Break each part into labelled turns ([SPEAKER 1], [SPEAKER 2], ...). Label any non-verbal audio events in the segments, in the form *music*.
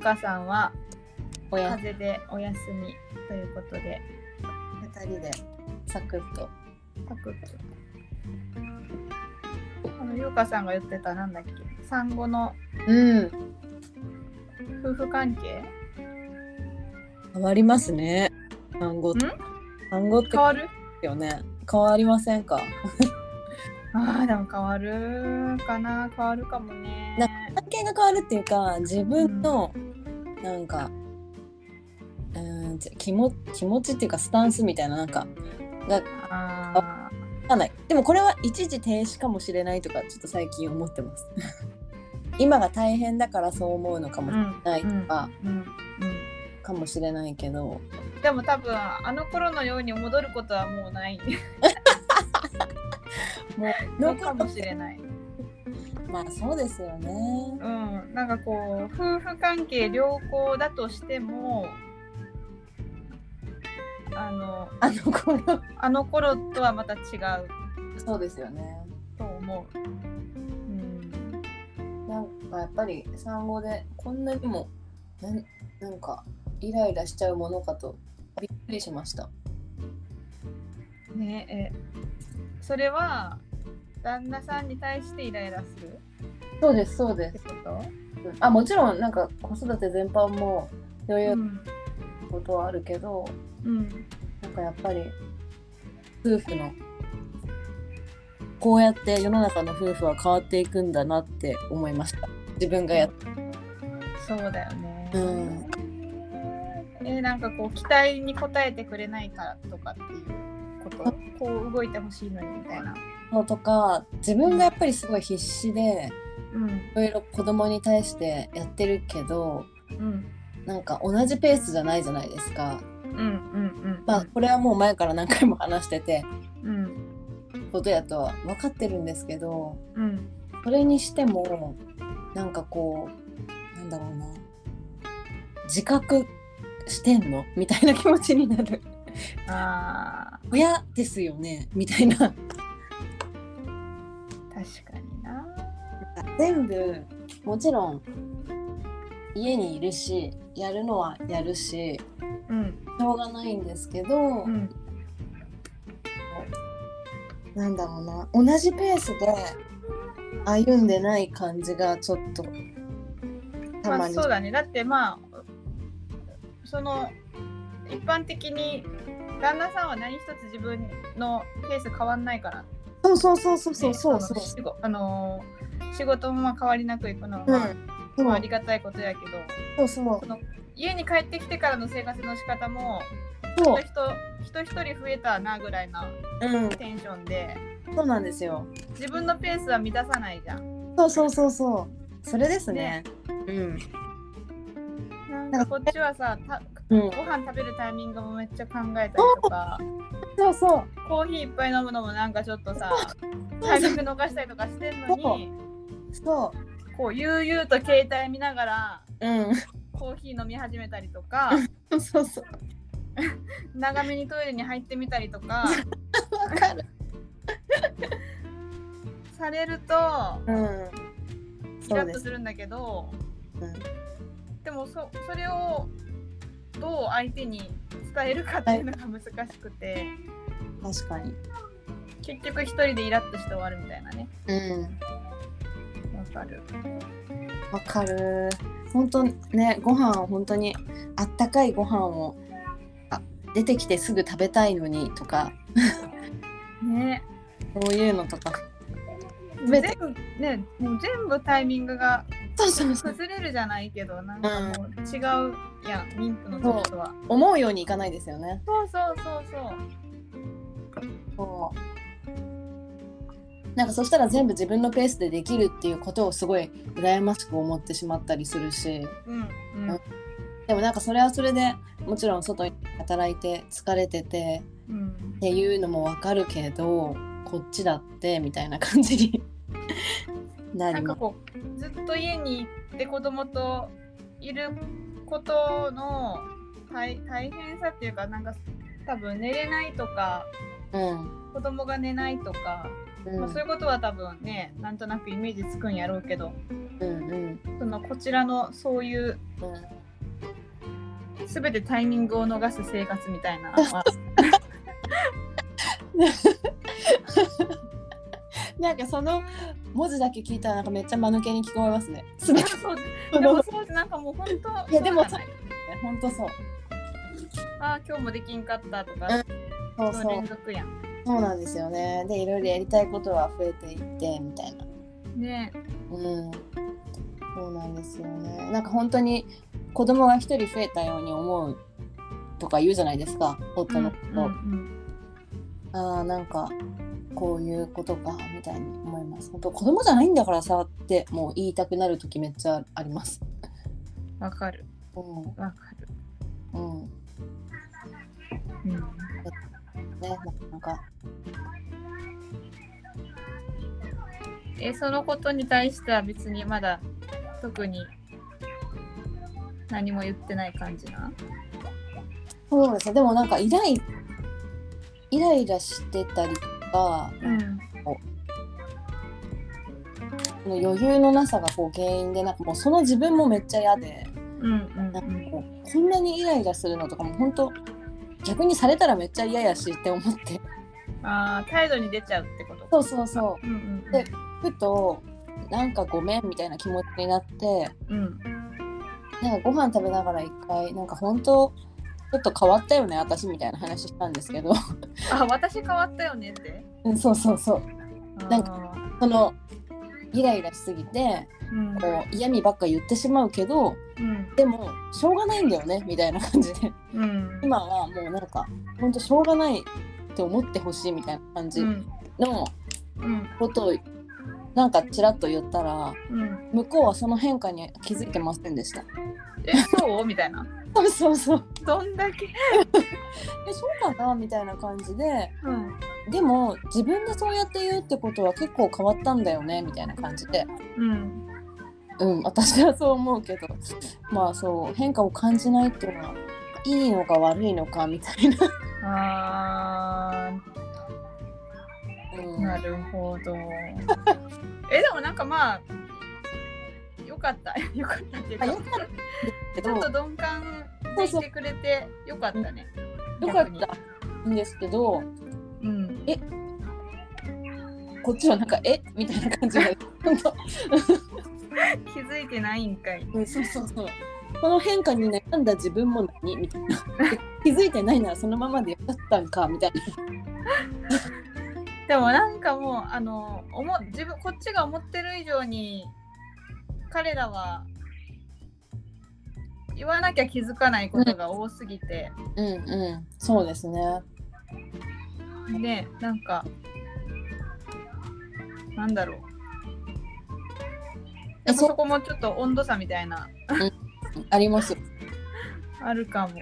[SPEAKER 1] かさんは
[SPEAKER 2] おや
[SPEAKER 1] 風邪でお休みということで、
[SPEAKER 2] 二人でサクッと
[SPEAKER 1] サクッと。あの、ゆうかさんが言ってたなんだっけ、産後の
[SPEAKER 2] うん
[SPEAKER 1] 夫婦関係
[SPEAKER 2] 変わりますね単語
[SPEAKER 1] ん
[SPEAKER 2] 単語って
[SPEAKER 1] 変わる
[SPEAKER 2] よね変わりませんか
[SPEAKER 1] ああ、でも変わるかな、変わるかもね。
[SPEAKER 2] な関係が変わるっていうか自分のなんか、うーん、気も気持ちっていうかスタンスみたいななんか
[SPEAKER 1] あ
[SPEAKER 2] わかんないでもこれは一時停止かもしれないとかちょっと最近思ってます *laughs* 今が大変だからそう思うのかもしれないとか、
[SPEAKER 1] ーうん
[SPEAKER 2] かもしれないけ
[SPEAKER 1] う
[SPEAKER 2] ど
[SPEAKER 1] ん、でも多分あの頃のように戻ることはもう *laughs* ない
[SPEAKER 2] も
[SPEAKER 1] の
[SPEAKER 2] う
[SPEAKER 1] かもしれない。
[SPEAKER 2] まあそうですよね
[SPEAKER 1] うん、なんかこう夫婦関係良好だとしてもあの
[SPEAKER 2] あの頃
[SPEAKER 1] あの頃とはまた違う
[SPEAKER 2] そうですよね
[SPEAKER 1] と思う。うん、
[SPEAKER 2] なんかやっぱり産後でこんなにもなんなんかイライラしちゃうものかとびっくりしました
[SPEAKER 1] ねえそれは旦那さんに対してイライラする
[SPEAKER 2] そうですそうで
[SPEAKER 1] ってこと、
[SPEAKER 2] あもちろんなんか子育て全般もそういううんことはあるけど、
[SPEAKER 1] うん、
[SPEAKER 2] なんかやっぱり夫婦のこうやって世の中の夫婦は変わっていくんだなって思いました自分がやっ
[SPEAKER 1] そうだよね。
[SPEAKER 2] うん
[SPEAKER 1] えなんかこう期待に応えてくれないからとかっていうことこう動いてほしいのにみたいな。
[SPEAKER 2] のとか自分がやっぱりすごい必死で
[SPEAKER 1] うん
[SPEAKER 2] いろいろ子供に対してやってるけど
[SPEAKER 1] うん
[SPEAKER 2] なんか同じペースじゃないじゃないですか。
[SPEAKER 1] うんうんうん
[SPEAKER 2] まあこれはもう前から何回も話してて
[SPEAKER 1] うん
[SPEAKER 2] ことやとは分かってるんですけど
[SPEAKER 1] うん
[SPEAKER 2] それにしてもなんかこうなんだろうな自覚してんのみたいな気持ちになる *laughs*
[SPEAKER 1] あ
[SPEAKER 2] 親ですよねみたいな
[SPEAKER 1] ー確かにな
[SPEAKER 2] 全部もちろん家にいるしやるのはやるし
[SPEAKER 1] うん
[SPEAKER 2] しょうがないんですけど、
[SPEAKER 1] うん
[SPEAKER 2] なんだろうな同じペースで歩んでない感じがちょっとた
[SPEAKER 1] ま
[SPEAKER 2] ま
[SPEAKER 1] あ
[SPEAKER 2] に、
[SPEAKER 1] そうだねだってまあその一般的に旦那さんは何一つ自分のペース変わんないから、ね、
[SPEAKER 2] そうそうそうそうそうそう
[SPEAKER 1] あの仕事あのー仕事もまあ変わりなくいくのは、まあ
[SPEAKER 2] うん
[SPEAKER 1] まあありがたいことやけど
[SPEAKER 2] そうそう
[SPEAKER 1] 家に帰ってきてからの生活の仕方も
[SPEAKER 2] そう
[SPEAKER 1] 人人一人増えたなぐらいな
[SPEAKER 2] うん
[SPEAKER 1] テンションで
[SPEAKER 2] そうなんですよ
[SPEAKER 1] 自分のペースは満たさないじゃん。
[SPEAKER 2] そうそうそうそうそれですねうん
[SPEAKER 1] なんかこっちはさた
[SPEAKER 2] うん
[SPEAKER 1] ご飯食べるタイミングもめっちゃ考えたりとか
[SPEAKER 2] そうそう
[SPEAKER 1] コーヒーいっぱい飲むのもなんかちょっとさタイミング逃したりとかしてんのに
[SPEAKER 2] そ
[SPEAKER 1] こう悠々と携帯見ながら
[SPEAKER 2] ううん
[SPEAKER 1] コーヒー飲み始めたりとか
[SPEAKER 2] そう *laughs* そうそう
[SPEAKER 1] 長めにトイレに入ってみたりとか
[SPEAKER 2] わかる
[SPEAKER 1] されると
[SPEAKER 2] うん
[SPEAKER 1] イ
[SPEAKER 2] そ
[SPEAKER 1] ラ
[SPEAKER 2] う
[SPEAKER 1] ッ
[SPEAKER 2] で
[SPEAKER 1] と
[SPEAKER 2] す
[SPEAKER 1] するんだけど
[SPEAKER 2] うん
[SPEAKER 1] でもそそれをどう相手に伝えるかっていうのが難しくて、
[SPEAKER 2] 確かに
[SPEAKER 1] 結局一人でイラッとして終わるみたいなね
[SPEAKER 2] うん
[SPEAKER 1] わかる
[SPEAKER 2] わかる本当ねご飯を本当にあったかいご飯をあ出てきてすぐ食べたいのにとか
[SPEAKER 1] ね
[SPEAKER 2] そういうのとか
[SPEAKER 1] 全部ねもう全部タイミングが
[SPEAKER 2] そうそうそう
[SPEAKER 1] 崩れるじゃないけどなんかもう違うやん妊婦の時とは
[SPEAKER 2] 思うようにいかないですよね
[SPEAKER 1] そうそうそうそう
[SPEAKER 2] そうなんかそしたら全部自分のペースでできるっていうことをすごい羨ましく思ってしまったりするし
[SPEAKER 1] うんうん
[SPEAKER 2] でもなんかそれはそれでもちろん外に働いて疲れてて
[SPEAKER 1] うん
[SPEAKER 2] っていうのもわかるけどこっちだってみたいな感じに *laughs* な
[SPEAKER 1] な
[SPEAKER 2] り
[SPEAKER 1] んか
[SPEAKER 2] ます。
[SPEAKER 1] こうずっと家に行って子供といることの大大変さっていうかなんか多分寝れないとか
[SPEAKER 2] うん
[SPEAKER 1] 子供が寝ないとか、
[SPEAKER 2] うん
[SPEAKER 1] まあそういうことは多分ねなんとなくイメージつくんやろうけど
[SPEAKER 2] うんうん
[SPEAKER 1] そのこちらのそういう
[SPEAKER 2] うん
[SPEAKER 1] 全てタイミングを逃す生活みたいなのは
[SPEAKER 2] なんかその文字だけ聞いたらなんかめっちゃ間抜けに聞こえますね。すごい
[SPEAKER 1] そう
[SPEAKER 2] そ
[SPEAKER 1] でも
[SPEAKER 2] の
[SPEAKER 1] そうなんかもう本当
[SPEAKER 2] いやでも
[SPEAKER 1] そうじゃない
[SPEAKER 2] 本当そう。
[SPEAKER 1] あー今日もできんかったとか
[SPEAKER 2] うんそう
[SPEAKER 1] その
[SPEAKER 2] そう
[SPEAKER 1] 連。続やん
[SPEAKER 2] そうなんですよね。でいろいろやりたいことは増えていってみたいな。
[SPEAKER 1] ね
[SPEAKER 2] うん。そうなんですよね。なんか本当に子供が一人増えたように思うとか言うじゃないですか。夫のこと。
[SPEAKER 1] うん
[SPEAKER 2] ああなんかこういうことかみたいに思います。本当子供じゃないんだからさってもう言いたくなる時めっちゃあります。
[SPEAKER 1] うんわかる
[SPEAKER 2] うんう
[SPEAKER 1] わかる、
[SPEAKER 2] ん。
[SPEAKER 1] うん
[SPEAKER 2] ねなんか
[SPEAKER 1] えそのことに対しては別にまだ特に何も言ってない感じな
[SPEAKER 2] そうですねでもなんかイライイライラしてたりとか、
[SPEAKER 1] ん
[SPEAKER 2] その余裕のなさがこう原因でなんかもうその自分もめっちゃ嫌で
[SPEAKER 1] うん
[SPEAKER 2] なんか
[SPEAKER 1] うん
[SPEAKER 2] こうこんなにイライラするのとかも本当逆にされたらめっちゃ嫌やしって思って
[SPEAKER 1] うんああ態度に出ちゃうってこと
[SPEAKER 2] そうそうそう
[SPEAKER 1] うんうん
[SPEAKER 2] でうふとなんかごめんみたいな気持ちになって
[SPEAKER 1] うん
[SPEAKER 2] なんかご飯食べながら一回なんか本当ちょっと変わったよね私みたいな話したんですけど *laughs*
[SPEAKER 1] あ私変わったよねって
[SPEAKER 2] うんそうそうそうなん
[SPEAKER 1] か
[SPEAKER 2] そのイライラしすぎて
[SPEAKER 1] うん
[SPEAKER 2] こう嫌味ばっか言ってしまうけど
[SPEAKER 1] うん
[SPEAKER 2] でもしょうがないんだよねみたいな感じで *laughs*
[SPEAKER 1] うん
[SPEAKER 2] 今はもうなんかほんとしょうがないって思ってほしいみたいな感じ
[SPEAKER 1] うん
[SPEAKER 2] の
[SPEAKER 1] うん
[SPEAKER 2] ことをなんかちらっと言ったら
[SPEAKER 1] うん
[SPEAKER 2] 向こうはその変化に気づいてませんでした。
[SPEAKER 1] えそうみたいな
[SPEAKER 2] そうそうそう
[SPEAKER 1] どんだけ
[SPEAKER 2] えそうかなみたいな感じで
[SPEAKER 1] うん
[SPEAKER 2] でも自分でそうやって言うってことは結構変わったんだよねみたいな感じで
[SPEAKER 1] うん
[SPEAKER 2] うん私はそう思うけどまあそう変化を感じないっていうのはいいのか悪いのかみたいな。
[SPEAKER 1] あ
[SPEAKER 2] う
[SPEAKER 1] ー
[SPEAKER 2] ん
[SPEAKER 1] なるほど *laughs* えでもなんかまあよかった *laughs* よかったっていう
[SPEAKER 2] あよ
[SPEAKER 1] か
[SPEAKER 2] かったけ
[SPEAKER 1] ち
[SPEAKER 2] ど
[SPEAKER 1] ょっと鈍感でいてくれてよかったね。
[SPEAKER 2] よかったんですけど
[SPEAKER 1] うん。
[SPEAKER 2] こっちはなんか「えみたいな感じで本当
[SPEAKER 1] 気づいてないんかい。
[SPEAKER 2] *laughs* うんそうそうそうこの変化に悩んだ自分も何みたいな *laughs* 気づいてないならそのままでよかったんかみたいな
[SPEAKER 1] でもなんかもうあの思う自分こっちが思ってる以上に彼らは言わなきゃ気づかないことが多すぎて、
[SPEAKER 2] うんうんそうですね
[SPEAKER 1] でなんかなんだろう。やっぱ
[SPEAKER 2] そう
[SPEAKER 1] そこもちょっと温度差みたいな
[SPEAKER 2] あります
[SPEAKER 1] あるかも。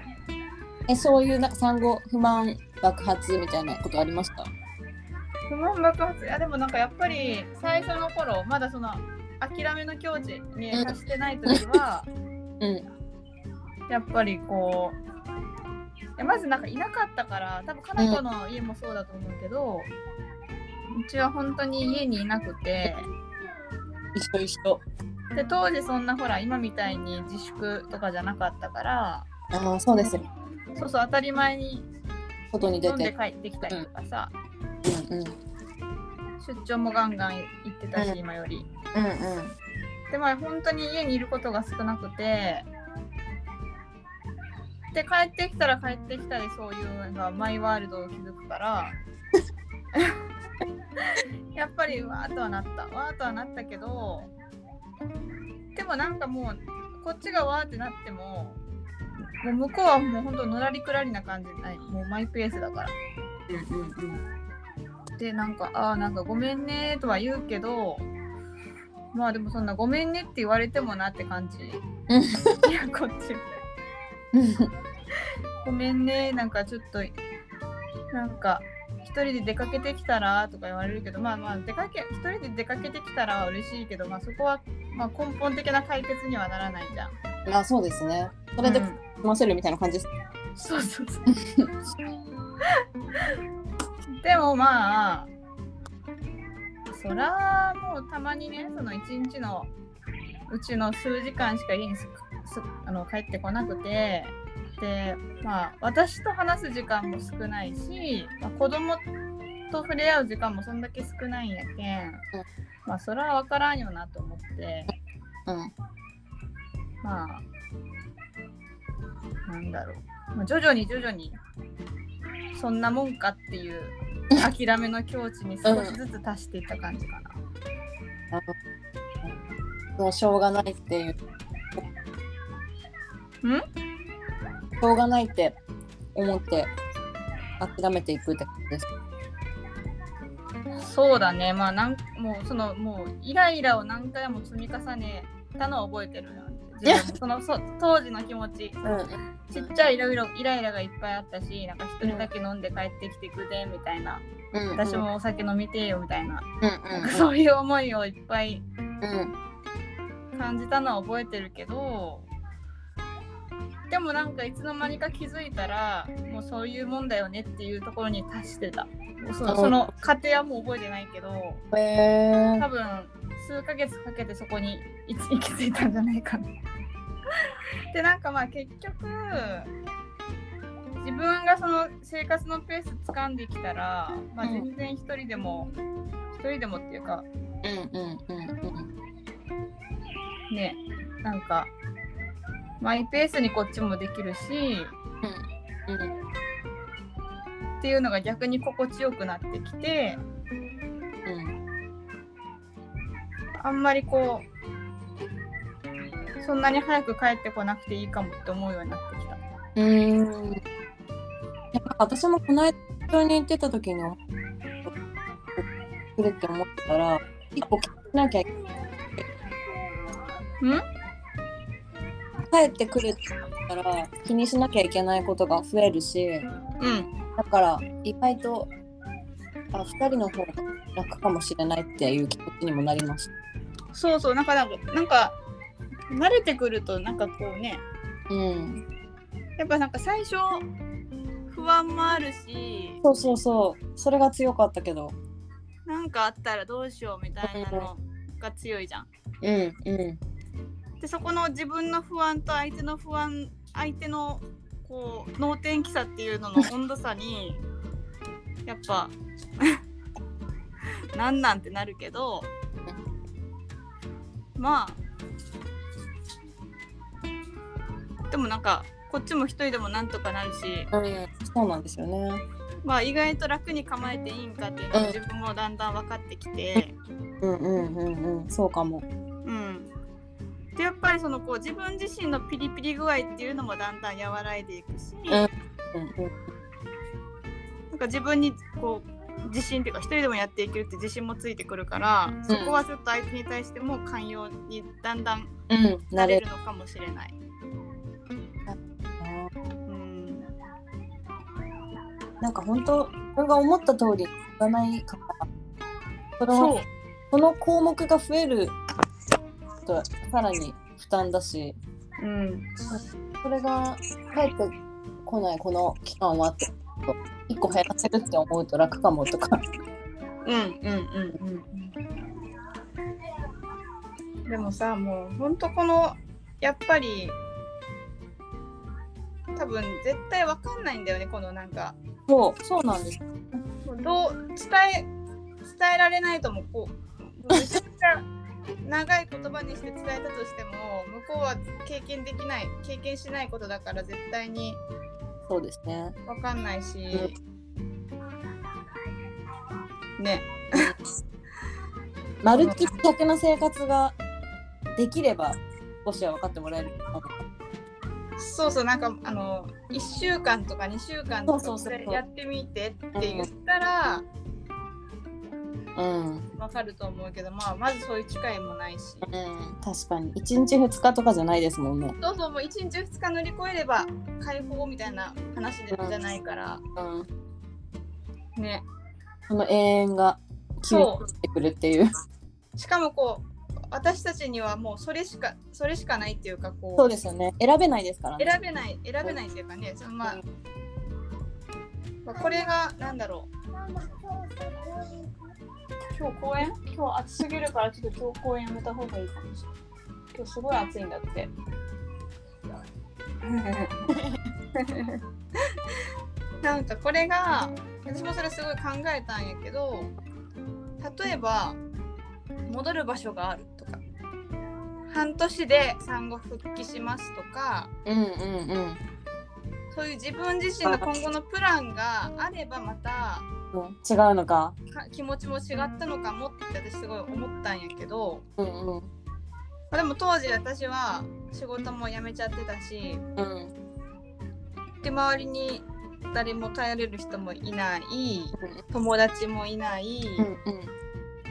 [SPEAKER 2] えそういうなんか産後不満爆発みたいなことありました
[SPEAKER 1] 不満爆発いやでもなんかやっぱり最初の頃まだその諦めの境地に達してない時は
[SPEAKER 2] うん
[SPEAKER 1] やっぱりこういやまずなんかいなかったから多分かな子の家もそうだと思うけど、うちは本当に家にいなくて
[SPEAKER 2] 一緒一緒
[SPEAKER 1] で当時そんなほら今みたいに自粛とかじゃなかったから
[SPEAKER 2] ああそうですよ
[SPEAKER 1] そうそう当たり前に
[SPEAKER 2] 外に出
[SPEAKER 1] 飲んで
[SPEAKER 2] て
[SPEAKER 1] 帰ってきたりとかさ、
[SPEAKER 2] うんうん
[SPEAKER 1] 出張もガンガン行ってたし、
[SPEAKER 2] うん
[SPEAKER 1] 今より。
[SPEAKER 2] うんうん
[SPEAKER 1] でまあ本当に家にいることが少なくてで帰ってきたら帰ってきたでそういうのがマイワールドを築くから
[SPEAKER 2] *laughs*
[SPEAKER 1] やっぱりわーっとはなったわーっとはなったけどでもなんかもうこっちがわーってなってももう向こうはもう本当のらりくらりな感じないもうマイペースだから。
[SPEAKER 2] うんうん
[SPEAKER 1] でなんか「あーなんかごめんね」とは言うけどまあでもそんな「ごめんね」って言われてもなって感じ。
[SPEAKER 2] うん
[SPEAKER 1] いやこっち
[SPEAKER 2] うん
[SPEAKER 1] ごめんねなんかちょっとなんか一人で出かけてきたらとか言われるけどまあまあ出かけ一人で出かけてきたらは嬉しいけどまあそこは、まあ、根本的な解決にはならないじゃん。
[SPEAKER 2] *laughs* まあそうですねそれで
[SPEAKER 1] うん
[SPEAKER 2] 済ませるみたいな感じです
[SPEAKER 1] そうそう *laughs* そう。でもまあ、そらもうたまにね、その一日のうちの数時間しか家にすすあの帰ってこなくて、で、まあ、私と話す時間も少ないし、まあ、子供と触れ合う時間もそんだけ少ないんやけん、まあ、それは分からんよなと思って、
[SPEAKER 2] うん
[SPEAKER 1] まあ、なんだろう、まあ、徐々に徐々に、そんなもんかっていう諦めの境地に少しずつ達していった感じかな。
[SPEAKER 2] もうしょうがないっていう。
[SPEAKER 1] ん
[SPEAKER 2] しょうがないって思って諦めていくってことです。
[SPEAKER 1] そうだね、まあなんもうそのもうイライラを何回も積み重ねたのを覚えてるのよ。自分もそのそう当時の気持ち、
[SPEAKER 2] うん
[SPEAKER 1] ちっちゃいイライライライラがいっぱいあったし、なんか一人だけ飲んで帰ってきてくれみたいな、
[SPEAKER 2] うん
[SPEAKER 1] 私。もお酒飲みてえよみたいな、
[SPEAKER 2] うん
[SPEAKER 1] なんかそういう思いをいっぱい
[SPEAKER 2] うんうん。
[SPEAKER 1] 感じたのは覚えてるけど、でもなんかいつの間にか気づいたら、もうそういうもんだよねっていうところに達してた。そのその過程はもう覚えてないけど。
[SPEAKER 2] へえ
[SPEAKER 1] 多分数ヶ月かけてそこに行き行き着い *laughs* たんじゃないかな。 *laughs* でなんかまあ結局自分がその生活のペース掴んできたら、まあ、
[SPEAKER 2] うん
[SPEAKER 1] 全然一人でも、一人でもっていうか
[SPEAKER 2] うんうんうん
[SPEAKER 1] ねなんかマイペースにこっちもできるし
[SPEAKER 2] うんうん
[SPEAKER 1] っていうのが逆に心地よくなってきて
[SPEAKER 2] うん
[SPEAKER 1] あんまりこうそんなに早く帰ってこなくていいかもって思うようになってきた。
[SPEAKER 2] うん。うん。私もこの間東京に行ってた時に思くれって思ったら一歩気をつけなきゃいけ
[SPEAKER 1] ん
[SPEAKER 2] ない帰ってくるって思ったら気にしなきゃいけないことが増えるし。
[SPEAKER 1] うん
[SPEAKER 2] だから意外とあ2人の方が楽かもしれないっていう気持ちにもなりまし
[SPEAKER 1] そうそうなんかなんかなんか慣れてくるとなんかこうね
[SPEAKER 2] た。うん、
[SPEAKER 1] やっぱなんか最初不安もあるし
[SPEAKER 2] そうそうそうそれが強かったけど。
[SPEAKER 1] なんかあったらどうしようみたいなのが強いじゃん。
[SPEAKER 2] うんうん
[SPEAKER 1] でそこの自分の不安と相手の不安相手のこう脳天気さっていうのの温度差にやっぱなんなんてなるけどまあでもなんかこっちも一人でもなんとかなるし
[SPEAKER 2] うん、そうなんですよね。
[SPEAKER 1] まあ意外と楽に構えていいんかっていうのも自分もだんだん分かってきて。
[SPEAKER 2] うんうんうんうんそうかも。
[SPEAKER 1] うん、でやっぱりそのこう自分自身のピリピリ具合っていうのもだんだん和らいでいくし、
[SPEAKER 2] ん
[SPEAKER 1] なん
[SPEAKER 2] うんうん
[SPEAKER 1] か自分にこう自信っていうか一人でもやっていけるって自信もついてくるからそこはちょっと相手に対しても寛容にだんだん
[SPEAKER 2] うん、
[SPEAKER 1] なれ
[SPEAKER 2] 慣れる
[SPEAKER 1] るのかもしれない。
[SPEAKER 2] な。
[SPEAKER 1] うん
[SPEAKER 2] なんか本当自分が思った通りいかないからそのその項目が増えるとさらに負担だし。
[SPEAKER 1] う、うん、
[SPEAKER 2] それが帰ってこないこの期間はって一個減らせるって思うと楽かもとか。
[SPEAKER 1] うんうんうんうん。でもさもうほんとこのやっぱり多分絶対わかんないんだよねこのなんか
[SPEAKER 2] そうそうなんです。
[SPEAKER 1] どう伝え伝えられないともこう自分が長い言葉にして伝えたとしても向こうは経験できない経験しないことだから絶対に
[SPEAKER 2] そうですね。
[SPEAKER 1] わかんないし、ね
[SPEAKER 2] マルチ客な生活ができれば少しは分かってもらえるかも。
[SPEAKER 1] そうそうなんかあの1週間とか2週間と
[SPEAKER 2] そ
[SPEAKER 1] か
[SPEAKER 2] うそうそうそう
[SPEAKER 1] やってみてって言ったら
[SPEAKER 2] うん、う
[SPEAKER 1] わかると思うけど、まあ、まずそういう機会もないし
[SPEAKER 2] ん、確かに1日2日とかじゃないですもんね。
[SPEAKER 1] どうぞもう1日2日乗り越えれば解放みたいな話でじゃないから
[SPEAKER 2] うん、
[SPEAKER 1] ね
[SPEAKER 2] その永遠が消え
[SPEAKER 1] そ
[SPEAKER 2] てくるっていう。
[SPEAKER 1] しかもこう私たちにはもうそれしかそれしかないっていうかこ
[SPEAKER 2] そう
[SPEAKER 1] う
[SPEAKER 2] ですよね。選べないですからね。
[SPEAKER 1] 選べない選べないっていうかねそのまあまあこれがなんだろう今日公園今日暑すぎるからちょっと今日公園やめた方がいいかも
[SPEAKER 2] *laughs*
[SPEAKER 1] しれない今日すごい暑いんだってなんかこれが私もそれすごい考えたんやけど例えば戻る場所があるとか半年で産後復帰しますとか
[SPEAKER 2] うんうんうん
[SPEAKER 1] そういう自分自身の今後のプランがあればまた
[SPEAKER 2] うん違うのか
[SPEAKER 1] か気持ちも違ったのかもって私すごい思ったんやけど
[SPEAKER 2] うんう
[SPEAKER 1] ま
[SPEAKER 2] ん
[SPEAKER 1] あでも当時私は仕事も辞めちゃってたし
[SPEAKER 2] うん
[SPEAKER 1] で周りに誰も頼れる人もいない友達もいない、
[SPEAKER 2] うんうん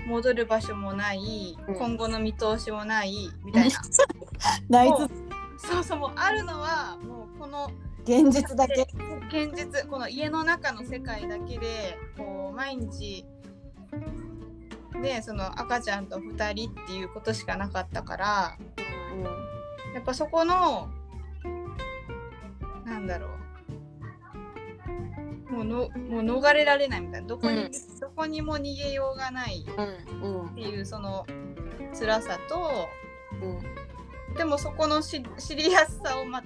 [SPEAKER 1] 戻る場所もない、
[SPEAKER 2] うん
[SPEAKER 1] 今後の見通しもないみ
[SPEAKER 2] *laughs*
[SPEAKER 1] たいな
[SPEAKER 2] 大
[SPEAKER 1] も
[SPEAKER 2] 豆
[SPEAKER 1] うそうそうもうあるのはもうこの
[SPEAKER 2] 現実だけ
[SPEAKER 1] 現実この家の中の世界だけでこう毎日ねその赤ちゃんと2人っていうことしかなかったからやっぱそこのなんだろうもうのもう逃れられないみたいなどこに、
[SPEAKER 2] うん
[SPEAKER 1] どこにも逃げようがないっ
[SPEAKER 2] うんうん
[SPEAKER 1] ていうその辛さと
[SPEAKER 2] うん
[SPEAKER 1] でもそこのし知りやすさを全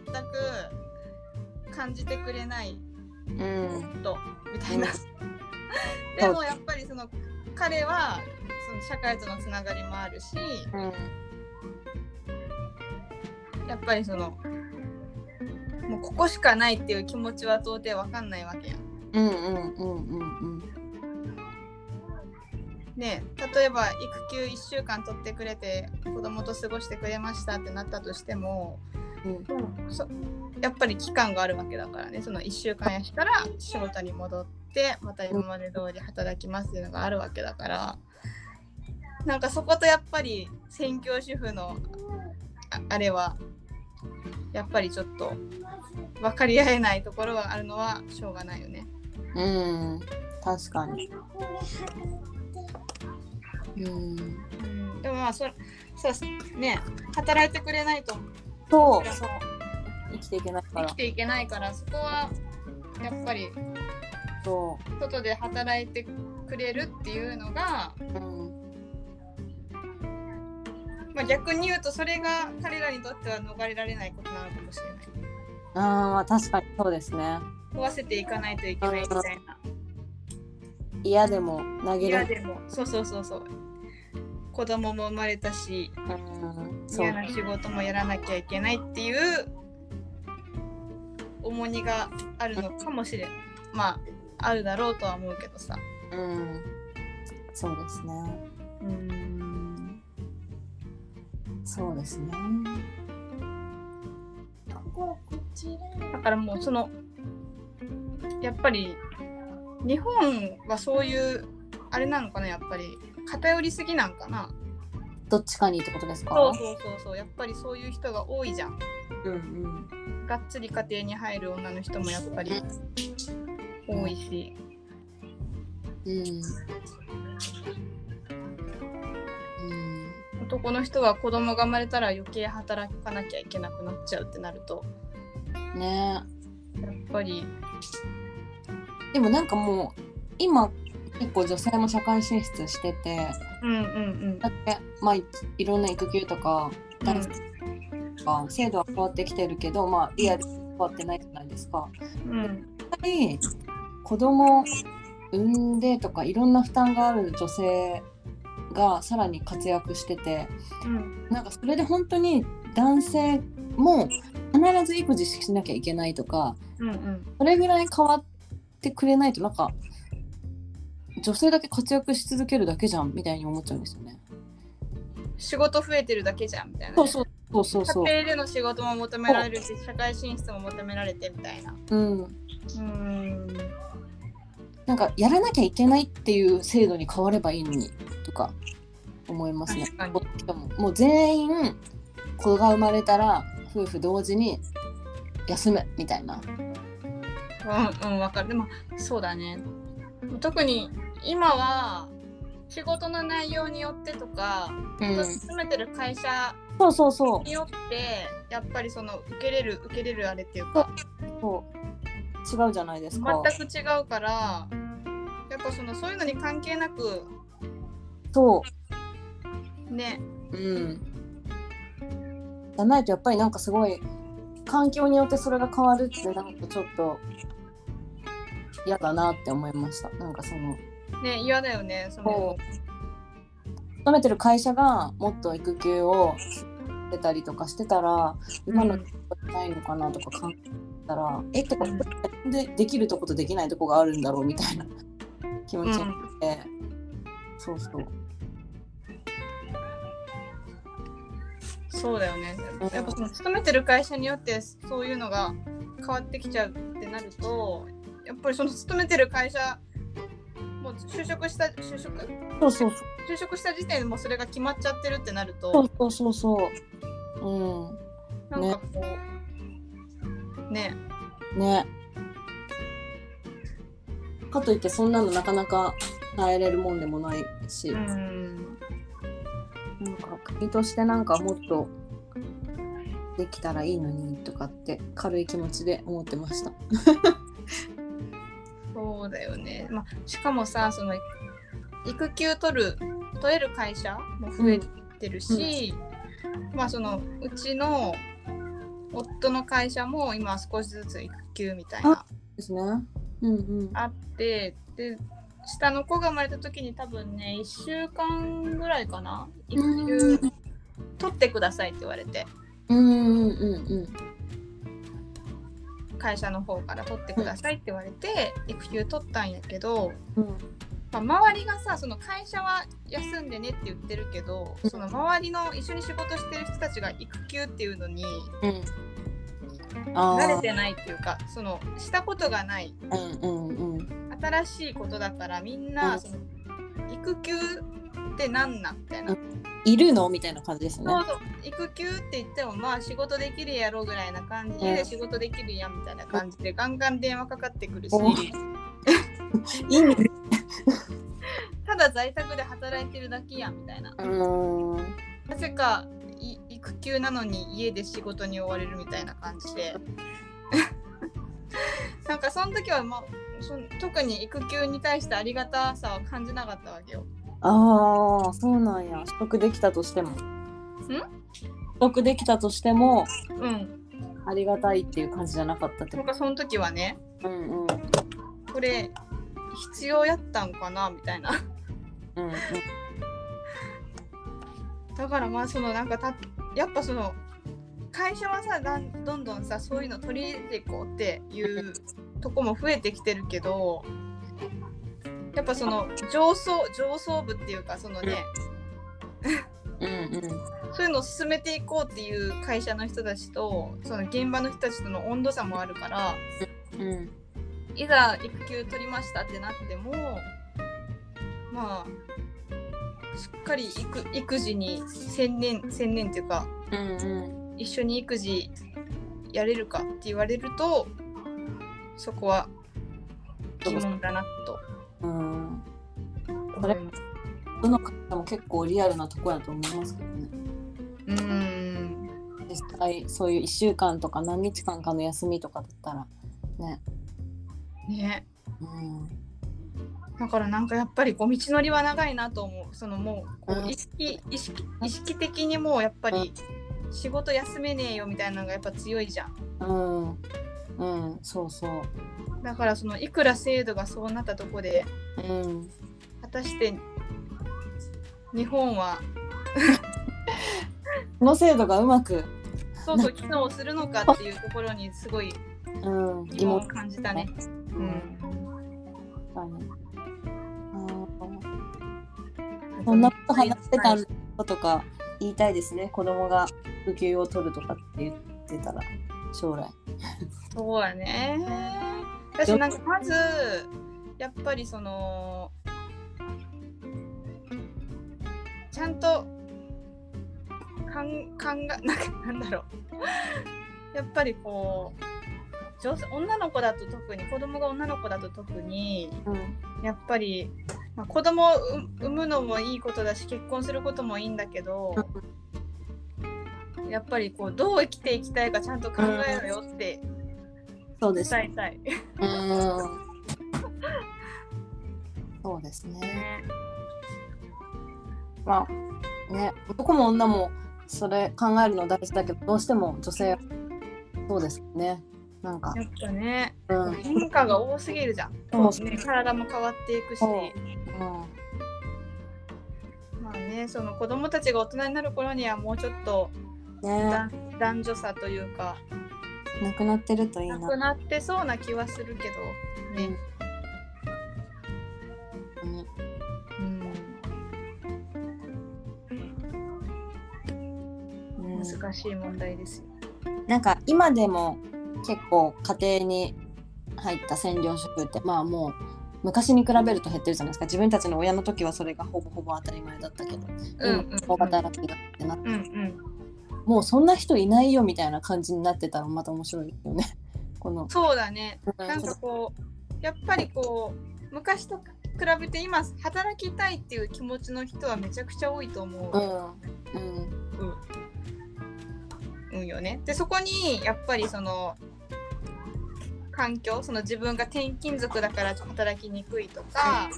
[SPEAKER 1] く感じてくれない *laughs*
[SPEAKER 2] うん
[SPEAKER 1] とみたいな
[SPEAKER 2] うん。
[SPEAKER 1] でもやっぱりその彼はその社会とのつながりもあるし
[SPEAKER 2] うん
[SPEAKER 1] やっぱりそのもうここしかないっていう気持ちは到底わかんないわけやん。
[SPEAKER 2] うんうんうんうん
[SPEAKER 1] ねえ例えば育休1週間取ってくれて子供と過ごしてくれましたってなったとしても、
[SPEAKER 2] うん
[SPEAKER 1] そやっぱり期間があるわけだからねその1週間やしたら仕事に戻ってまた今まで通り働きますっていうのがあるわけだからなんかそことやっぱり専業主婦のああれはやっぱりちょっと分かり合えないところがあるのはしょうがないよね。
[SPEAKER 2] うんうん確かにうん
[SPEAKER 1] うん、でもまあそそうね働いてくれないと
[SPEAKER 2] そう
[SPEAKER 1] そう
[SPEAKER 2] 生きていけないか
[SPEAKER 1] 生
[SPEAKER 2] ら
[SPEAKER 1] きていけないからそこはやっぱり
[SPEAKER 2] そ
[SPEAKER 1] 外で働いてくれるっていうのが、
[SPEAKER 2] ううん
[SPEAKER 1] まあ、逆に言うとそれが彼らにとっては逃れられないことなのかもしれない
[SPEAKER 2] あー確かにそうですね
[SPEAKER 1] 壊せていかないといけないみたいな
[SPEAKER 2] 嫌でも投げ
[SPEAKER 1] 嫌
[SPEAKER 2] る
[SPEAKER 1] でもそうそうそうそう子供も生まれたし
[SPEAKER 2] うんそう
[SPEAKER 1] 嫌な仕事もやらなきゃいけないっていう重荷があるのかもしれんまああるだろうとは思うけどさ
[SPEAKER 2] うんそうですね
[SPEAKER 1] うん
[SPEAKER 2] そうですね
[SPEAKER 1] だからもうそのやっぱり日本はそういうあれなのかなやっぱり偏りすぎなんかな
[SPEAKER 2] どっちかにってことですか
[SPEAKER 1] そうそうそうそうやっぱりそういう人が多いじゃん
[SPEAKER 2] うんうん
[SPEAKER 1] がっつり家庭に入る女の人もやっぱり多いし
[SPEAKER 2] うん
[SPEAKER 1] 男の人は子供が生まれたら余計働かなきゃいけなくなっちゃうってなると
[SPEAKER 2] うんね
[SPEAKER 1] やっぱり
[SPEAKER 2] えでもなんかもう今結構女性も社会進出してて
[SPEAKER 1] うんうん
[SPEAKER 2] だってまあいいろんな育休とか
[SPEAKER 1] うん
[SPEAKER 2] 男性とか制度は変わってきてるけどまあリアルに変わってないじゃないですか。
[SPEAKER 1] うんうん
[SPEAKER 2] やっぱり子供産んでとかいろんな負担がある女性がさらに活躍してて
[SPEAKER 1] うん
[SPEAKER 2] なんかそれで本当に男性も必ず育児しなきゃいけないとか
[SPEAKER 1] うんうん
[SPEAKER 2] それぐらい変わってくれないとなんか女性だけ活躍し続けるだけじゃんみたいに思っちゃうんですよね。
[SPEAKER 1] 仕事増えてるだけじゃんみたいなね
[SPEAKER 2] そうそうそうそうそう。
[SPEAKER 1] 家庭での仕事も求められるし社会進出も求められてみたいな
[SPEAKER 2] うん
[SPEAKER 1] うん
[SPEAKER 2] なんかやらなきゃいけないっていう制度に変わればいいのにとか思いますね
[SPEAKER 1] 確かに。
[SPEAKER 2] しかももう全員子が生まれたら夫婦同時に休むみたいな。
[SPEAKER 1] うんうんわかるでもそうだね特に今は仕事の内容によってとか、
[SPEAKER 2] うん、
[SPEAKER 1] 勤めてる会社
[SPEAKER 2] そうそうそ
[SPEAKER 1] によってやっぱりその受けれる受けれるあれっていうか
[SPEAKER 2] うそう違うじゃないですか。
[SPEAKER 1] 全く違うからやっぱそのそういうのに関係なく
[SPEAKER 2] そ
[SPEAKER 1] ね
[SPEAKER 2] う、うん、じゃないとやっぱりなんかすごい環境によってそれが変わるってなんかちょっと嫌だなって思いましたなんかその
[SPEAKER 1] ね嫌だよねその
[SPEAKER 2] 勤めてる会社がもっと育休を出たりとかしてたら今のないのかなとか考えたら、えってか
[SPEAKER 1] うん
[SPEAKER 2] でできるとことできないとこがあるんだろう
[SPEAKER 1] *laughs*
[SPEAKER 2] みたいな気持ちになって、そうそう
[SPEAKER 1] そうだよねやっぱその勤めてる会社によってそういうのが変わってきちゃうってなるとやっぱりその勤めてる会社もう就職した就職
[SPEAKER 2] そうそう
[SPEAKER 1] 就職した時点でもうそれが決まっちゃってるってなる
[SPEAKER 2] そ
[SPEAKER 1] と
[SPEAKER 2] うそうそうそうう
[SPEAKER 1] なんかこうね
[SPEAKER 2] んねかといってそんなのなかなか耐えれるもんでもないし、
[SPEAKER 1] うん
[SPEAKER 2] なんか国としてなんかもっとできたらいいのにとかって軽い気持ちで思ってました。
[SPEAKER 1] そうだよね、まあ、しかもさその育休取る取れる会社も増えてるし、まあそのうちの夫の会社も今少しずつ育休みたいな
[SPEAKER 2] ですね。うんうん。
[SPEAKER 1] あってで下の子が生まれた時に多分ね1週間ぐらいかな育休取ってくださいって言われて
[SPEAKER 2] うんうんうん
[SPEAKER 1] 会社の方から取ってくださいって言われて育休取ったんやけど、
[SPEAKER 2] うん。うん
[SPEAKER 1] まあ、周りがさその会社は休んでねって言ってるけどその周りの一緒に仕事してる人たちが育休っていうのに
[SPEAKER 2] うん。あ
[SPEAKER 1] 慣れ
[SPEAKER 2] あ。
[SPEAKER 1] てないっていうかそのしたことがない
[SPEAKER 2] うんうんうん。
[SPEAKER 1] 新しいことだからみん
[SPEAKER 2] う
[SPEAKER 1] なんその育休ってなんなんみたいな、
[SPEAKER 2] うんいるのみたいな感じですね
[SPEAKER 1] そ。うそう育休って言ってもまあ仕事できるやろうぐらいな感じ
[SPEAKER 2] う
[SPEAKER 1] で
[SPEAKER 2] ん
[SPEAKER 1] 仕事できるやみたいな感じでガンガン電話かかってくるし
[SPEAKER 2] お
[SPEAKER 1] *laughs*
[SPEAKER 2] 意味。
[SPEAKER 1] ただ在宅で働いてるだけやんみたいな。
[SPEAKER 2] うん。うん
[SPEAKER 1] なぜかい育休なのに家で仕事に追われるみたいな感じで *laughs* なんかその時は、まあ、そん特に育休に対してありがたさは感じなかったわけよ。
[SPEAKER 2] ああ、そうなんや。取得できたとしても。ん取得できたとしても、
[SPEAKER 1] うん、
[SPEAKER 2] ありがたいっていう感じじゃなかったって
[SPEAKER 1] な
[SPEAKER 2] こ
[SPEAKER 1] んかその時はね
[SPEAKER 2] と。うんうん。
[SPEAKER 1] これ必要やったんかなみたいな。
[SPEAKER 2] うんうん。
[SPEAKER 1] だからまあそのなんかたやっぱその会社はさだんどんどんさそういうの取り入れていこうっていうとこも増えてきてるけどやっぱその上層上層部っていうかそのね
[SPEAKER 2] うんうん。
[SPEAKER 1] そういうのを進めていこうっていう会社の人たちとその現場の人たちとの温度差もあるから
[SPEAKER 2] うん、
[SPEAKER 1] いざ育休取りましたってなってもまあしっかり育育児に専念専念っていうか
[SPEAKER 2] うん、
[SPEAKER 1] 一緒に育児やれるかって言われるとそこは疑問だなと
[SPEAKER 2] うん、
[SPEAKER 1] 思います。
[SPEAKER 2] どの会社も結構リアルなとこやと思いますけどね。
[SPEAKER 1] うーん
[SPEAKER 2] 実際そういう1週間とか何日間かの休みとかだったら、
[SPEAKER 1] ね
[SPEAKER 2] うん、
[SPEAKER 1] だからなんかやっぱりこう道のりは長いなと思うそのもうこ
[SPEAKER 2] う
[SPEAKER 1] うん意識意識意識的にもうやっぱり仕事休めねえよみたいなのがやっぱ強いじゃん
[SPEAKER 2] うん、うん、そうそう、
[SPEAKER 1] だからそのいくら制度がそうなったとこで
[SPEAKER 2] うん、
[SPEAKER 1] 果たして日本は
[SPEAKER 2] この制度がうまく、
[SPEAKER 1] そうそう機能するのかっていうところにすごい
[SPEAKER 2] うん、
[SPEAKER 1] 疑
[SPEAKER 2] 疑
[SPEAKER 1] 問を
[SPEAKER 2] 問、
[SPEAKER 1] 感じたね。
[SPEAKER 2] う、
[SPEAKER 1] うんん
[SPEAKER 2] 確かに。うんそんなこと話してたことか言いたいですね。子供が育休を取るとかって言ってたら将来。
[SPEAKER 1] そうやね私なんかまずやっぱりそのちゃんとかん考え *laughs* なんかなんだろうやっぱりこう女性女の子だと特に子供が女の子だと特に
[SPEAKER 2] うん、
[SPEAKER 1] やっぱり、まあ、子供を産産むのもいいことだし結婚することもいいんだけどやっぱりこうどう生きていきたいかちゃんと考えろよって
[SPEAKER 2] そうです
[SPEAKER 1] 伝えたい。
[SPEAKER 2] うんそうですね。まあね、男も女もそれ考えるの大事だけど、どうしても女性はそうですね。なんか、
[SPEAKER 1] やっぱね、
[SPEAKER 2] うん、うん、
[SPEAKER 1] 変化が多すぎるじゃん。
[SPEAKER 2] そうそう
[SPEAKER 1] ね、体も変わっていくし、
[SPEAKER 2] そ
[SPEAKER 1] まあね、その子供たちが大人になる頃にはもうちょっと
[SPEAKER 2] ね、
[SPEAKER 1] 男男女差というか、
[SPEAKER 2] なくなってるといい
[SPEAKER 1] な
[SPEAKER 2] な。
[SPEAKER 1] くなってそうな気はするけど、ね。
[SPEAKER 2] うん
[SPEAKER 1] うん
[SPEAKER 2] うん
[SPEAKER 1] 難しい問題ですよ。
[SPEAKER 2] なんか今でも結構家庭に入った専業主婦ってまあもう昔に比べると減ってるじゃないですか自分たちの親の時はそれがほぼほぼ当たり前だったけど、今共働きだってな
[SPEAKER 1] うんうん、
[SPEAKER 2] もうそんな人いないよみたいな感じになってたらまた面白いよねこの
[SPEAKER 1] そうだね。
[SPEAKER 2] うん
[SPEAKER 1] なんかこう、やっぱりこう、昔と比べて今、働きたいっていう気持ちの人はめちゃくちゃ多いと思
[SPEAKER 2] う
[SPEAKER 1] うん
[SPEAKER 2] うん
[SPEAKER 1] うんよね。で、そこにやっぱりその、環境、その自分が転勤族だから働きにくいとか、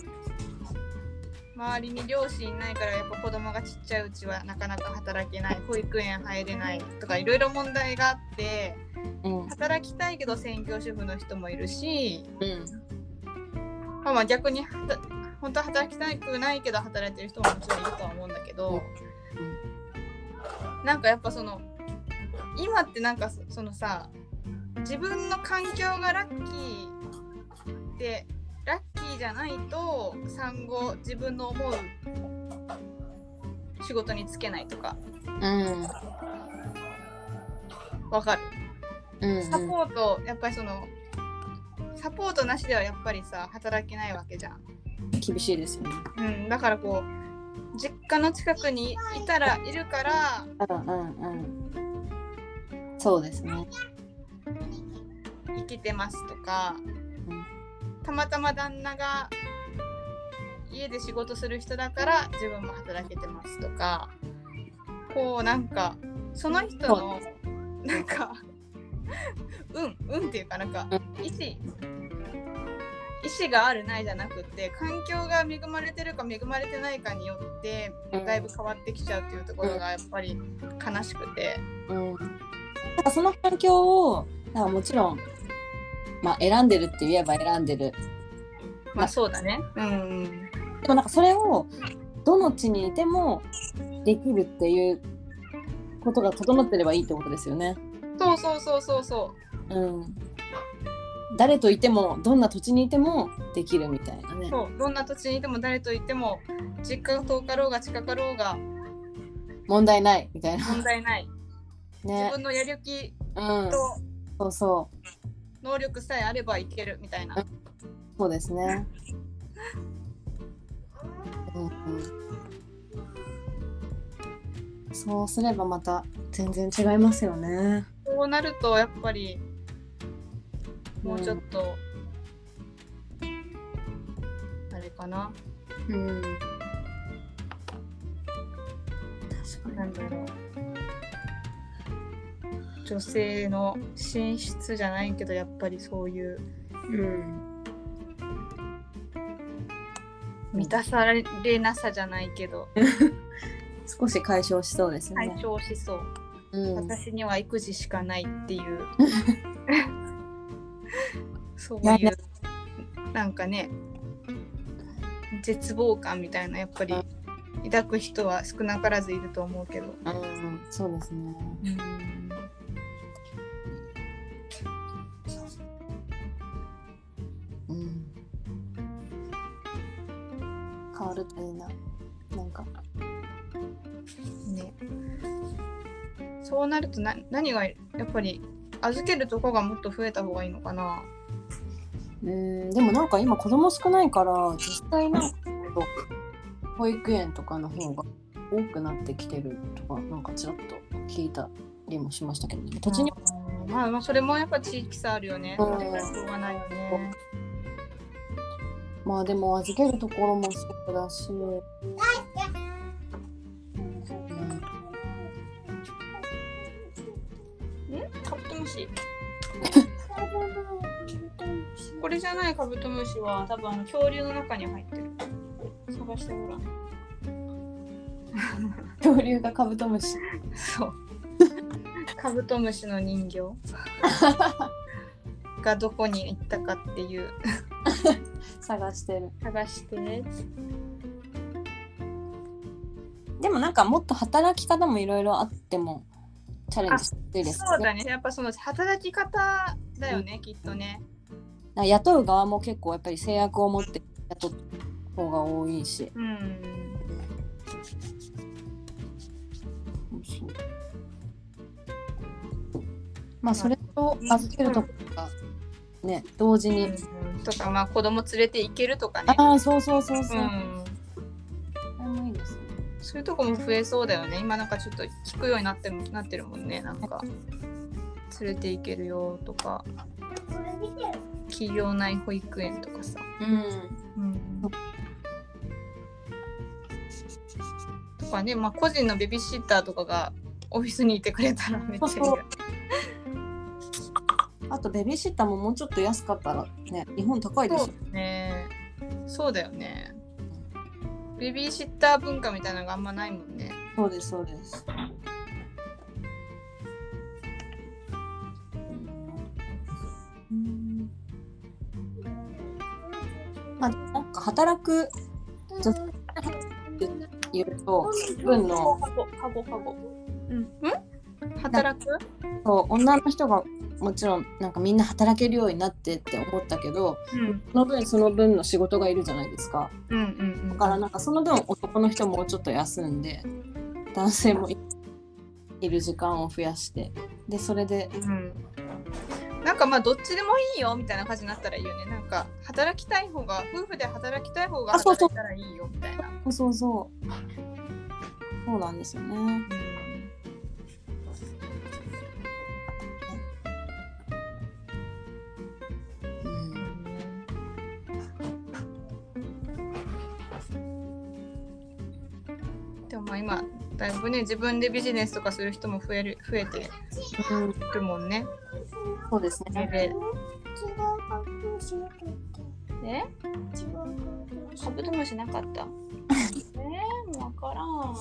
[SPEAKER 1] 周りに両親いないからやっぱ子供がちっちゃいうちはなかなか働けない保育園入れないとかいろいろ問題があって
[SPEAKER 2] うん
[SPEAKER 1] 働きたいけど専業主婦の人もいるし
[SPEAKER 2] うん
[SPEAKER 1] まあまあ逆にはた本当は働きたくないけど働いてる人ももちろんいるとは思うんだけど、なんかやっぱその今ってなんかそそのさ自分の環境がラッキーでラッキーじゃないと産後自分の思う仕事に就けないとか
[SPEAKER 2] うん
[SPEAKER 1] わかる
[SPEAKER 2] うん
[SPEAKER 1] サポートやっぱりそのサポートなしではやっぱりさ働けないわけじゃん。
[SPEAKER 2] 厳しいですよね
[SPEAKER 1] うん、だからこう実家の近くにいたらいるから
[SPEAKER 2] うんうんうんそうですね
[SPEAKER 1] 生きてますとかたまたま旦那が家で仕事する人だから自分も働けてますとかこうなんかその人のなんかうんうんっていうかなんか意思意思があるないじゃなくて環境が恵まれてるか恵まれてないかによって
[SPEAKER 2] うん
[SPEAKER 1] だいぶ変わってきちゃうっていうところがやっぱり悲しくて。
[SPEAKER 2] うん、なんかその環境をなんかもちろん、まあ、選んでるって言えば選んでる
[SPEAKER 1] まあそうだね。うん。
[SPEAKER 2] でもなんかそれをどの地にいてもできるっていうことが整ってればいいってことですよね。
[SPEAKER 1] そうそうそうそうそ
[SPEAKER 2] うん、誰といてもどんな土地にいてもできるみたいな
[SPEAKER 1] う。
[SPEAKER 2] ね。
[SPEAKER 1] そうどんな土地にいても誰といても実家が遠かろうが近かろうが
[SPEAKER 2] 問題ないみたいな
[SPEAKER 1] 問題ない。自
[SPEAKER 2] ね。
[SPEAKER 1] 分のやる気
[SPEAKER 2] うん、
[SPEAKER 1] と
[SPEAKER 2] そうそ
[SPEAKER 1] 能力さえあればいけるみたいな。
[SPEAKER 2] うそうですね。うんうん、そうすればまた全然違いますよね。
[SPEAKER 1] そうなるとやっぱりもうちょっと、あれかな。
[SPEAKER 2] うん、確
[SPEAKER 1] なんだろう。女性の寝室じゃないけどやっぱりそういう
[SPEAKER 2] に。うん、
[SPEAKER 1] 満たされなさじゃないけど
[SPEAKER 2] 少し解消しそうですね。
[SPEAKER 1] 解消しそう。
[SPEAKER 2] うん、
[SPEAKER 1] 私には育児しかないって
[SPEAKER 2] *laughs*
[SPEAKER 1] いうそう
[SPEAKER 2] いや
[SPEAKER 1] い
[SPEAKER 2] ね
[SPEAKER 1] うなんかね絶望感みたいなやっぱり抱く人は少なからずいると思うけど、
[SPEAKER 2] うん、そうですね。うん。変わるといいな。なんか。
[SPEAKER 1] ね、そうなるとな何がやっぱり預けるとこがもっと増えた方がいいのかな
[SPEAKER 2] うん、でもなんか今子供少ないから、実際なんか。保育園とかの方が多くなってきてるとか、なんかちらっと聞いたりもしましたけど、ね、土地に。
[SPEAKER 1] あーまあまあそれもやっぱ地域差あるよね。し
[SPEAKER 2] う
[SPEAKER 1] ょ
[SPEAKER 2] ん
[SPEAKER 1] うがないよね。
[SPEAKER 2] まあでも預けるところもそうだし。
[SPEAKER 1] んカブトムシこれじゃないカブトムシは多分あの恐竜の中に入ってる。探してごらん。
[SPEAKER 2] 恐竜がカブトムシ。
[SPEAKER 1] そう。 *laughs* カブトムシの人
[SPEAKER 2] *laughs*
[SPEAKER 1] 形がどこに行ったかっていう
[SPEAKER 2] 探してる
[SPEAKER 1] 探してね
[SPEAKER 2] でもなんかもっと働き方もいろいろあってもチャレンジしていいです
[SPEAKER 1] そうだねやっぱその働き方だよね、きっとね
[SPEAKER 2] なんか雇う側も結構やっぱり制約を持って雇った方が多いし
[SPEAKER 1] うん
[SPEAKER 2] まあそれと預けるとこがね同時に、
[SPEAKER 1] うんとかまあ子供連れて行けるとかね
[SPEAKER 2] ああそうそうそう
[SPEAKER 1] う
[SPEAKER 2] そう、
[SPEAKER 1] ん
[SPEAKER 2] あれもいいですね
[SPEAKER 1] そういうとこも増えそうだよね今なんかちょっと聞くようになってもなってるもんねなんか連れて行けるよとか企業内保育園とかさ、
[SPEAKER 2] うん
[SPEAKER 1] うん、とかねまあ個人のベビーシッターとかがオフィスにいてくれたらめっちゃいいよ
[SPEAKER 2] そうあとベビーシッターももうちょっと安かったらね日本高いです
[SPEAKER 1] そ
[SPEAKER 2] よ
[SPEAKER 1] うね。そうだよね。ベビーシッター文化みたいなのがあんまないもんね。
[SPEAKER 2] そうですそうです。まあなんか働く女性っていうと分の
[SPEAKER 1] ゴ、カゴ、カゴ。うん。ん働く
[SPEAKER 2] そう女の人がもちろんなんかみんな働けるようになってって思ったけど
[SPEAKER 1] うん。
[SPEAKER 2] その分その分の仕事がいるじゃないですか
[SPEAKER 1] うんうん
[SPEAKER 2] だからなんかその分男の人もうちょっと休んで男性もいる時間を増やしてでそれで
[SPEAKER 1] うん。うん。なんかまあどっちでもいいよみたいな感じになったらいいよね。なんか働きたい方が、夫婦で働きたい方が
[SPEAKER 2] あそう
[SPEAKER 1] 働
[SPEAKER 2] そう
[SPEAKER 1] いたらいいよみたいな。
[SPEAKER 2] そうそうそう。そうなんですよね。
[SPEAKER 1] うん
[SPEAKER 2] うん、
[SPEAKER 1] でもまあ今、だいぶね、自分でビジネスとかする人も増える増えていくもんね。
[SPEAKER 2] そうです
[SPEAKER 1] それ
[SPEAKER 2] ね。
[SPEAKER 1] で。えカブトムシなかった。えー、わからん。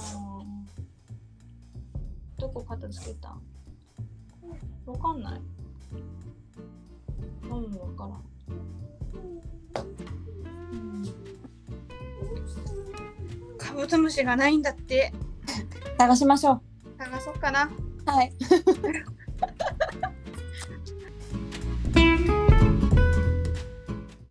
[SPEAKER 1] どこ片付けたわかんない。うん、わからん。カブトムシがないんだって。
[SPEAKER 2] 探しましょう。
[SPEAKER 1] 探そうかな。
[SPEAKER 2] はい。